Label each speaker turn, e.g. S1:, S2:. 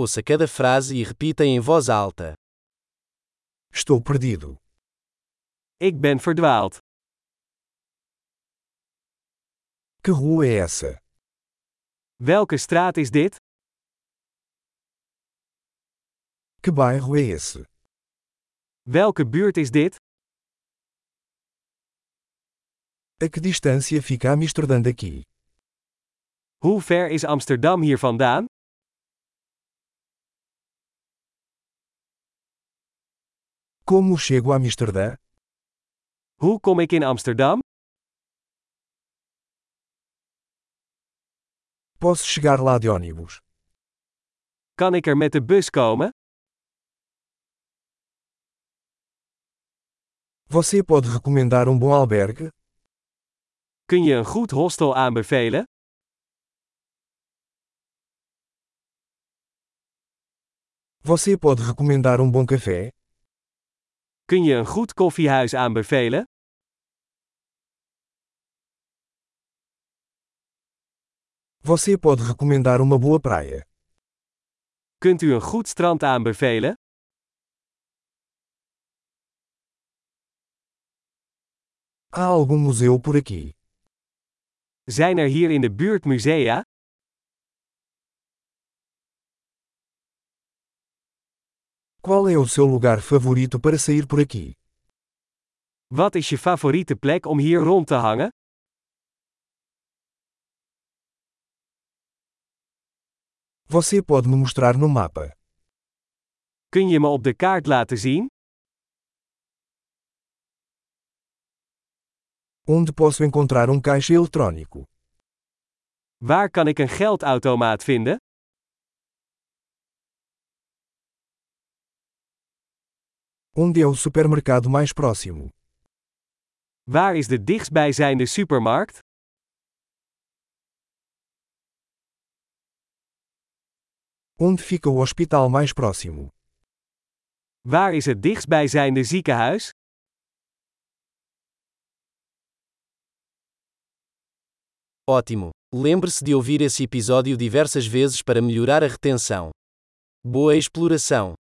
S1: Ouça cada frase e repita em voz alta.
S2: Estou perdido.
S3: Ik ben verdwaald.
S2: Que rua é essa?
S3: Welke straat is dit?
S2: Que bairro é esse?
S3: Welke buurt is dit?
S2: A que distância fica Amsterdã daqui?
S3: Hoe ver is Amsterdam hier vandaan?
S2: Como chego a Amsterdã?
S3: Hoe kom ik in Amsterdam?
S2: Posso chegar lá de ônibus?
S3: Kan ik er met de bus komen?
S2: Você pode recomendar um bom albergue?
S3: Kun je een goed hostel aanbevelen?
S2: Você pode recomendar um bom café?
S3: Kun je een goed koffiehuis aanbevelen?
S2: Você pode recomendar uma boa praia?
S3: Kunt u een goed strand aanbevelen?
S2: Há algum museu por aqui?
S3: Zijn er hier in de buurt musea?
S2: Qual é o seu lugar favorito para sair por aqui?
S3: Wat is je favoriete plek om hier rond te hangen?
S2: Você pode me mostrar no mapa.
S3: Kun je me op de kaart laten zien?
S2: Onde posso encontrar um caixa eletrônico?
S3: Waar kan ik een geldautomaat vinden?
S2: Onde é o supermercado mais próximo?
S3: Waar is de dichtstbijzijnde supermarkt?
S2: Onde fica o hospital mais próximo?
S3: Waar is het dichtstbijzijnde ziekenhuis?
S1: Ótimo! Lembre-se de ouvir esse episódio diversas vezes para melhorar a retenção. Boa exploração!